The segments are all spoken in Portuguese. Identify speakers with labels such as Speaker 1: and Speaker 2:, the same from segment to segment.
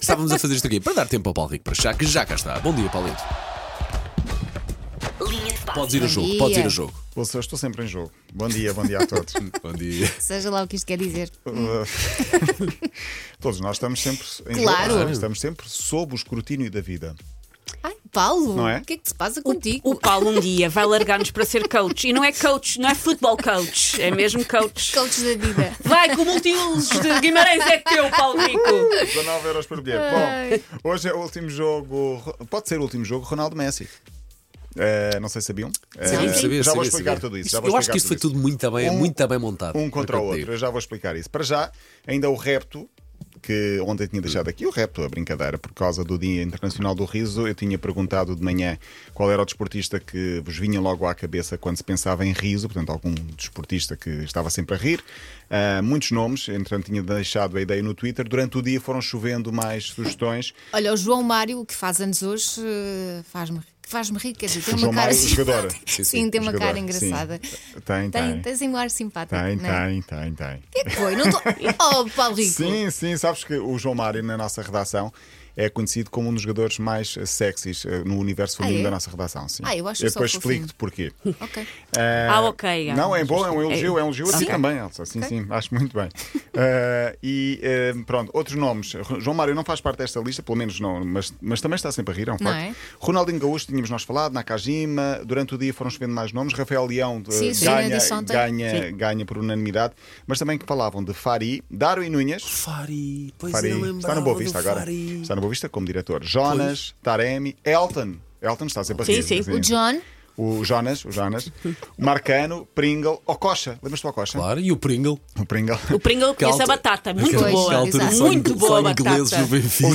Speaker 1: Estávamos a fazer isto aqui para dar tempo ao Paulo Rico para achar que já cá está. Bom dia, Paulito.
Speaker 2: Linha de passe.
Speaker 1: Podes ir
Speaker 3: Bom
Speaker 1: a jogo,
Speaker 3: dia.
Speaker 1: podes ir a jogo.
Speaker 4: Ou seja, eu estou sempre em jogo. Bom dia, bom dia a todos.
Speaker 1: Bom dia.
Speaker 3: Seja lá o que isto quer dizer.
Speaker 4: Uh, todos nós estamos sempre em
Speaker 3: Claro.
Speaker 4: jogo. Estamos sempre sob o escrutínio da vida.
Speaker 3: Ai, Paulo,
Speaker 4: Não é?
Speaker 3: o que é que se passa contigo?
Speaker 2: O Paulo um dia vai largar-nos para ser coach. E não é coach, não é futebol coach, é mesmo coach.
Speaker 3: Coaches da vida.
Speaker 2: Vai, com o multiusos de Guimarães é teu, Paulo Rico.
Speaker 4: 19 euros por bilhete. Bom, hoje é o último jogo. Pode ser o último jogo Ronaldo Messi. Eh, não sei se sabiam. Eh,
Speaker 3: Sim,
Speaker 4: já
Speaker 3: sim.
Speaker 4: vou explicar tudo isso. já vou
Speaker 1: eu acho
Speaker 4: explicar
Speaker 1: que isto foi
Speaker 4: isso.
Speaker 1: tudo muito bem,
Speaker 4: Um-
Speaker 1: muito bem montado.
Speaker 4: Um contra o
Speaker 1: Eu te
Speaker 4: outro,
Speaker 1: digo.
Speaker 4: eu já vou explicar isso. Para já, ainda o repto, que ontem tinha deixado aqui o repto, a brincadeira, por causa do Dia Internacional do Riso, eu tinha perguntado de manhã qual era o desportista que vos vinha logo à cabeça quando se pensava em riso, portanto, algum desportista que estava sempre a rir. Ah, muitos nomes, entretanto, tinha deixado a ideia no Twitter. Durante o dia foram chovendo mais sugestões.
Speaker 3: Olha, o João Mário, que faz anos hoje, eh, faz-me que faz-me rir, quer dizer, tem
Speaker 4: O
Speaker 3: uma
Speaker 4: João
Speaker 3: cara
Speaker 4: Mário, o jogador.
Speaker 3: simpática. Sim,
Speaker 4: Sim, sim,
Speaker 3: tem uma
Speaker 4: jogador,
Speaker 3: cara
Speaker 4: sim.
Speaker 3: engraçada.
Speaker 4: Tem, tem.
Speaker 3: Tem, tens um ar simpático.
Speaker 4: Tem,
Speaker 3: não é?
Speaker 4: tem, tem, tem.
Speaker 3: O que é que foi? Não tô... Oh, Paulo Rico.
Speaker 4: Sim, sim, sabes que o João Mário na nossa redação é conhecido como um dos jogadores mais eh, sexys eh, no universo feminino
Speaker 3: é?
Speaker 4: da nossa redação. Sim.
Speaker 3: Ah, eu acho
Speaker 4: eu
Speaker 3: só
Speaker 4: depois
Speaker 3: fofinho.
Speaker 4: explico-te porquê.
Speaker 3: Ok.
Speaker 4: Eh,
Speaker 2: Ah, ok.
Speaker 4: Não, é bom, é um elogio, é um elogio a ti
Speaker 2: Ok.
Speaker 4: também, Elsa. Sim, sim, acho muito bem. Eh, e eh, pronto, outros nomes. João Mário não faz parte desta lista, pelo menos não, mas, mas também está sempre a rir, é um
Speaker 3: Não
Speaker 4: facto.
Speaker 3: é?
Speaker 4: Ronaldinho Gaúcho, tínhamos nós falado, Nakajima, durante o dia foram chovendo mais nomes. Rafael Leão eh,
Speaker 3: Sim, sim, eu
Speaker 4: ganha,
Speaker 3: disse ontem.
Speaker 4: ganha, ganha por unanimidade, mas também que falavam de Fari, Darwin Nunes.
Speaker 1: Fari, pois
Speaker 4: Fari.
Speaker 1: eu
Speaker 4: Está
Speaker 1: lembrava
Speaker 4: na Boa Vista
Speaker 1: do
Speaker 4: agora.
Speaker 1: Fari.
Speaker 4: Está na Boa Vista como diretor. Jonas, Taremi, Elton. Elton está sempre a
Speaker 2: Sim,
Speaker 4: rir,
Speaker 2: sim.
Speaker 3: O John,
Speaker 4: O Jonas, o Jonas. O Marcano, Pringle, Ococha. Lembras-te do Ococha?
Speaker 1: Claro, e o Pringle.
Speaker 4: O Pringle.
Speaker 2: O Pringle
Speaker 1: Que
Speaker 2: conhece a
Speaker 1: altura-
Speaker 2: batata, muito
Speaker 1: Aquela-
Speaker 2: boa.
Speaker 1: aquela altura
Speaker 3: exato.
Speaker 1: só
Speaker 2: Muito
Speaker 1: ing-
Speaker 2: boa
Speaker 1: só ingleses
Speaker 2: batata.
Speaker 1: no Benfica.
Speaker 4: O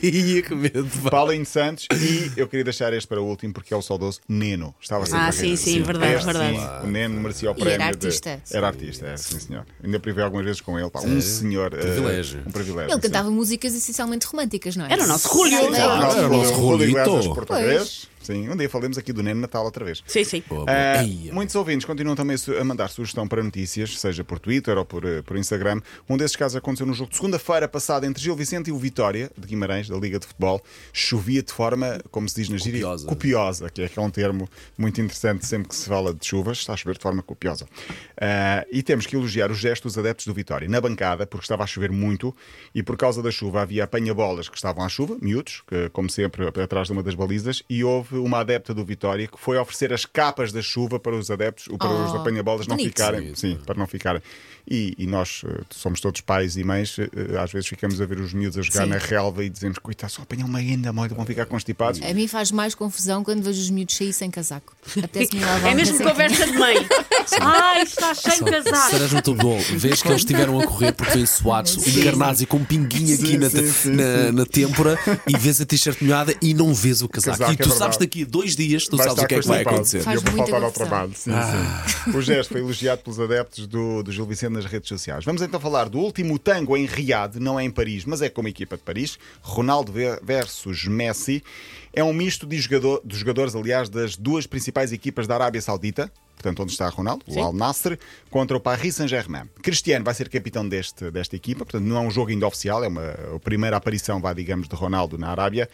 Speaker 1: Sim, é que medo. pá.
Speaker 4: Paulinho Santos e eu queria deixar este para o último porque é o saudoso Neno. Estava sempre
Speaker 2: Ah,
Speaker 4: a rir.
Speaker 2: sim, sim, verdade,
Speaker 4: Este,
Speaker 2: verdade.
Speaker 4: sim, o Neno merecia o
Speaker 3: era
Speaker 4: prémio. de-
Speaker 3: artista.
Speaker 4: Era artista, é, sim, senhor. Ainda privei algumas vezes com ele. pá, um senhor. eh,
Speaker 1: Privilégio.
Speaker 4: um privilégio.
Speaker 3: ele
Speaker 4: sim.
Speaker 3: cantava músicas essencialmente românticas, não é?
Speaker 2: Era o nosso Julio.
Speaker 3: Sim,
Speaker 4: Era Ah, o nosso
Speaker 1: Era o nosso
Speaker 4: Rodrigo
Speaker 1: Rolito.
Speaker 4: Iglesias português. Sim, um dia falemos aqui do Neno Natal outra vez.
Speaker 2: Sim, sim.
Speaker 1: Boa, boa.
Speaker 4: Ah,
Speaker 1: Ei,
Speaker 4: muitos ouvintes continuam também su- a mandar sugestão para notícias, seja por Twitter ou por, eh, por Instagram. Um desses casos aconteceu no jogo de segunda-feira passada entre Gil Vicente e o Vitória de Guimarães, da Liga de Futebol. Chovia de forma, como se diz na gíria,
Speaker 1: Copiosa.
Speaker 4: copiosa, que é, que é um termo muito interessante sempre que se fala de chuvas. Está a chover de forma copiosa. Ah, e temos que elogiar o gesto dos adeptos do Vitória na bancada, porque estava a chover muito e por causa da chuva havia apanha-bolas que estavam à chuva, miúdos, que, como sempre, atrás de uma das balizas, e houve uma adepta do Vitória que foi oferecer as capas da chuva para os adeptos, ou para os
Speaker 3: Oh,
Speaker 4: apanha-bolas não
Speaker 3: bonito.
Speaker 4: ficarem. Sim, para não ficarem. E, e nós eh, somos todos pais e mães, eh, às vezes ficamos a ver os miúdos a jogar
Speaker 3: Sim.
Speaker 4: na relva e dizemos: coitado, só apanham uma ainda, moita, vão ficar constipados.
Speaker 3: A mim faz mais confusão quando vejo os miúdos sair sem casaco. Apetece-me lavar
Speaker 2: É mesmo conversa de mãe. Ai, está cheio de casaco.
Speaker 1: Serás um todo bom. Vês que eles estiveram a correr porque vêm suados, encarnados e com um pinguinho aqui
Speaker 4: Sim,
Speaker 1: na,
Speaker 4: sim, sim,
Speaker 1: na, na têmpora e vês a t-shirt molhada e não vês o casaco.
Speaker 4: Casaco,
Speaker 1: e
Speaker 4: é
Speaker 1: tu sabes
Speaker 4: verdade.
Speaker 1: daqui a dois dias, tu
Speaker 4: Vai
Speaker 1: sabes o
Speaker 4: estar
Speaker 1: que é que vai
Speaker 4: constipado.
Speaker 1: acontecer.
Speaker 3: Faz
Speaker 4: E eu vou
Speaker 3: muita
Speaker 4: faltar ao
Speaker 3: confusão.
Speaker 4: trabalho. Sim, sim. O gesto foi elogiado pelos adeptos do, do Gil Vicente nas redes sociais. Vamos então falar do último tango em Riad, não é em Paris, mas é com uma equipa de Paris. Ronaldo ve- versus Messi. É um misto de, jogador, de jogadores, aliás, das duas principais equipas da Arábia Saudita. Portanto, onde está Ronaldo, o Al Nasser, contra o Paris Saint-Germain. Cristiano vai ser capitão deste, desta equipa, portanto, não é um jogo ainda oficial, é uma, a primeira aparição, vá, digamos, de Ronaldo na Arábia.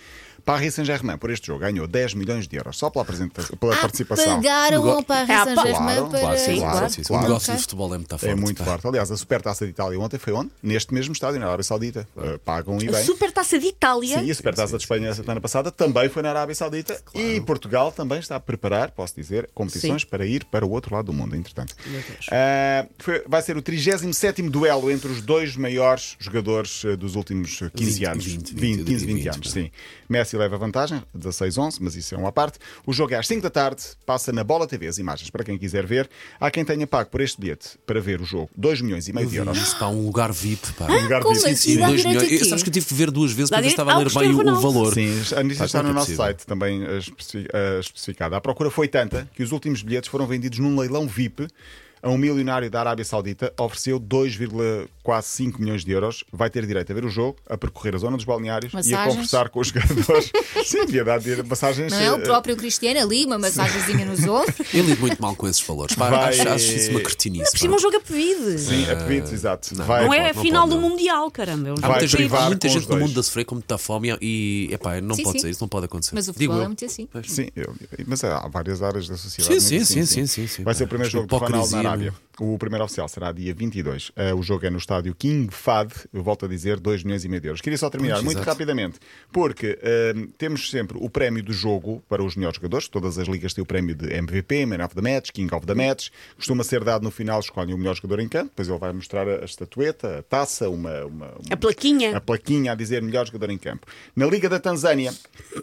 Speaker 4: Paris Saint-Germain, por este jogo, ganhou 10 milhões de euros só pela, apresenta- pela participação.
Speaker 3: Pagaram
Speaker 1: Negó-
Speaker 3: ao Paris
Speaker 2: Ah, pá.
Speaker 3: Saint-Germain
Speaker 4: Claro,
Speaker 3: para.
Speaker 1: Claro, sim,
Speaker 4: Sim,
Speaker 1: claro,
Speaker 4: claro,
Speaker 1: sim, sim.
Speaker 4: claro.
Speaker 1: O negócio
Speaker 3: Ok.
Speaker 1: de futebol é muito forte.
Speaker 4: É muito
Speaker 1: pá.
Speaker 4: forte. Aliás, a Supertaça de Itália ontem foi onde? Neste mesmo estádio, na Arábia Saudita. Uh, pagam e
Speaker 2: A
Speaker 4: bem.
Speaker 2: super taça de Itália.
Speaker 4: Sim, e a Supertaça de Espanha na semana passada também foi na Arábia Saudita e Portugal também está a preparar, posso dizer, competições para ir para o outro lado do mundo, entretanto. Ah, foi- vai ser o 37º duelo entre os dois maiores jogadores eh, dos últimos eh, 15
Speaker 1: 20,
Speaker 4: anos.
Speaker 1: 20,
Speaker 4: 20, 15, 20
Speaker 1: 20,
Speaker 4: anos, sim. Messi leva vantagem, 16-11, mas isso é uma parte. O jogo é às 5 da tarde, passa na Bola TV as imagens para quem quiser ver. Há quem tenha pago por este bilhete para ver o jogo 2 milhões e meio de euros.
Speaker 1: Isso, pá, um lugar VIP, pá.
Speaker 4: Uhum. Lugar
Speaker 3: Como
Speaker 4: disso.
Speaker 3: assim?
Speaker 1: E
Speaker 3: Dá
Speaker 1: dois
Speaker 3: direito a
Speaker 1: milhões.
Speaker 3: quê?
Speaker 1: Eu- Sabes que eu tive que ver duas vezes
Speaker 2: Dá
Speaker 1: para ver se
Speaker 2: direito
Speaker 1: estava a ler
Speaker 2: ao
Speaker 1: bem o,
Speaker 2: Cristiano
Speaker 1: o valor.
Speaker 4: Sim, a notícia
Speaker 1: Faz
Speaker 4: está no
Speaker 1: muito
Speaker 4: nosso
Speaker 1: possível.
Speaker 4: site também eh, especi- eh, especificada. A procura foi tanta que os últimos bilhetes foram vendidos num leilão VIP a um milionário da Arábia Saudita, ofereceu 2,45 milhões de euros. Vai ter direito a ver o jogo, a percorrer a zona dos balneários e a
Speaker 3: Massagens.
Speaker 4: conversar com os jogadores. Sim, devia dar dinheiro, massagens.
Speaker 3: Não é o
Speaker 4: eh,
Speaker 3: próprio Cristiano ali, uma massagenzinha nos ombros.
Speaker 1: Eu lido muito mal com esses valores. Pá,
Speaker 4: Vai-
Speaker 1: acho, acho isso uma cretinice.
Speaker 2: Por cima é um
Speaker 1: pá.
Speaker 2: jogo a pedido.
Speaker 4: Sim, a pedidos, exato.
Speaker 1: não.
Speaker 4: Vai,
Speaker 2: Não é
Speaker 1: pode,
Speaker 2: a
Speaker 1: não
Speaker 2: final
Speaker 1: pode,
Speaker 2: do
Speaker 1: não.
Speaker 2: mundial, caramba. é um
Speaker 1: Há muita gente,
Speaker 2: jogo a pedido.
Speaker 4: Vai privar
Speaker 1: muita
Speaker 4: com
Speaker 1: gente
Speaker 4: os
Speaker 1: no
Speaker 4: dois.
Speaker 1: mundo a sofrer com muita fome e, epá, não
Speaker 3: Sim,
Speaker 1: pode
Speaker 3: sim.
Speaker 1: ser, isso não pode acontecer.
Speaker 3: Mas o
Speaker 1: Digo
Speaker 3: futebol é
Speaker 1: eu.
Speaker 3: muito assim.
Speaker 4: Sim, eu- mas há várias áreas da sociedade.
Speaker 1: Sim,
Speaker 4: muito
Speaker 1: sim,
Speaker 4: assim,
Speaker 1: sim, sim, sim, sim.
Speaker 4: Vai ser o primeiro
Speaker 1: Acho que
Speaker 4: jogo do Ronaldo na
Speaker 1: hipocrisia,
Speaker 4: Arábia. O primeiro oficial será dia 22. Eh, o jogo é no estádio King Fad, eu volto a dizer, 2 milhões e meio de euros. Queria só terminar
Speaker 1: Pois,
Speaker 4: muito
Speaker 1: exato.
Speaker 4: rapidamente, porque eh, temos sempre o prémio do jogo para os melhores jogadores. Todas as ligas têm o prémio de MVP, Man of the Match, King of the Match. Costuma ser dado no final, escolhem o melhor jogador em campo, depois ele vai mostrar a a estatueta, a taça, uma- uma, uma
Speaker 2: A plaquinha.
Speaker 4: a plaquinha a dizer melhor jogador em campo. Na Liga da Tanzânia,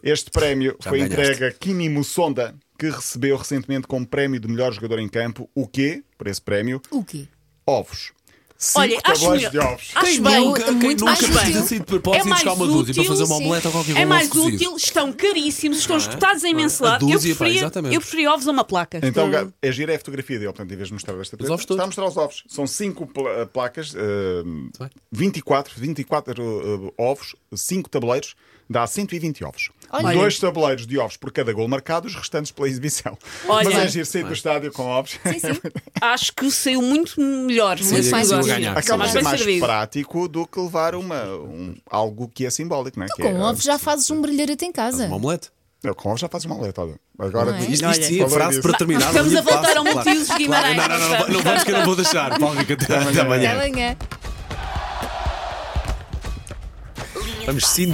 Speaker 4: este prémio
Speaker 1: Já
Speaker 4: foi
Speaker 1: ganhaste.
Speaker 4: entregue a Kimi Mussonda, que recebeu recentemente como prémio de melhor jogador em campo o quê? Para esse prémio,
Speaker 3: O quê?
Speaker 4: ovos. Cinco
Speaker 2: Olha, acho
Speaker 4: tabuleiros
Speaker 2: melhor-
Speaker 4: de ovos.
Speaker 2: acho
Speaker 1: Quem
Speaker 2: bem.
Speaker 1: nunca, quem
Speaker 3: muito
Speaker 1: nunca
Speaker 3: mais
Speaker 1: precisa
Speaker 3: útil.
Speaker 1: sair de propósito
Speaker 2: É
Speaker 1: e
Speaker 2: mais
Speaker 1: buscar uma dúzia para
Speaker 2: útil,
Speaker 1: fazer uma
Speaker 3: sim.
Speaker 1: omelete ou qualquer coisa?
Speaker 2: É
Speaker 1: um
Speaker 2: mais
Speaker 1: ovo cozido.
Speaker 2: útil, estão caríssimos, estão esgotados em imenso
Speaker 1: Ah, A
Speaker 2: lado. Eu
Speaker 1: dúzia, pá,
Speaker 2: preferia,
Speaker 1: exatamente.
Speaker 2: eu preferia ovos a uma placa.
Speaker 4: Então,
Speaker 2: Estou-
Speaker 4: ga- é gira a fotografia dele, portanto, em vez de mostrar esta
Speaker 1: Os ovos todos.
Speaker 4: está a mostrar os ovos. São cinco pla- placas, eh,
Speaker 1: bem.
Speaker 4: 24, 24 eh, ovos, cinco tabuleiros, dá 120 ovos.
Speaker 3: Olha.
Speaker 4: Dois tabuleiros de ovos por cada gol marcado, os restantes pela exibição.
Speaker 2: Olha.
Speaker 4: Mas é giro sair do estádio com ovos.
Speaker 3: Sim, sim.
Speaker 2: Acho que saiu muito melhor.
Speaker 1: sim,
Speaker 3: mais
Speaker 1: sim,
Speaker 3: útil.
Speaker 1: ganhar.
Speaker 4: Acaba de
Speaker 2: mais
Speaker 4: ser
Speaker 2: bem
Speaker 4: mais
Speaker 2: servido.
Speaker 4: prático do que levar uma, um- algo que é simbólico, não é? Que é-
Speaker 3: Então, Com ovos já fazes um brilharete em casa.
Speaker 1: Uma omelete.
Speaker 4: Não, com ovos já fazes uma letra. olha. Agora
Speaker 3: Não é?
Speaker 4: diz-
Speaker 1: Isto,
Speaker 2: Olha,
Speaker 1: isto sim, a
Speaker 4: falei
Speaker 1: frase
Speaker 4: disso.
Speaker 1: para terminar.
Speaker 2: Estamos a
Speaker 1: Linha de
Speaker 2: voltar
Speaker 1: passe,
Speaker 2: ao Motivos de Guimarães,
Speaker 1: Não, não, não, não,
Speaker 2: portanto.
Speaker 1: não vamos que eu não vou deixar. Paulo Rico, até até
Speaker 4: amanhã.
Speaker 1: amanhã.
Speaker 3: Até amanhã.
Speaker 1: Vamos sim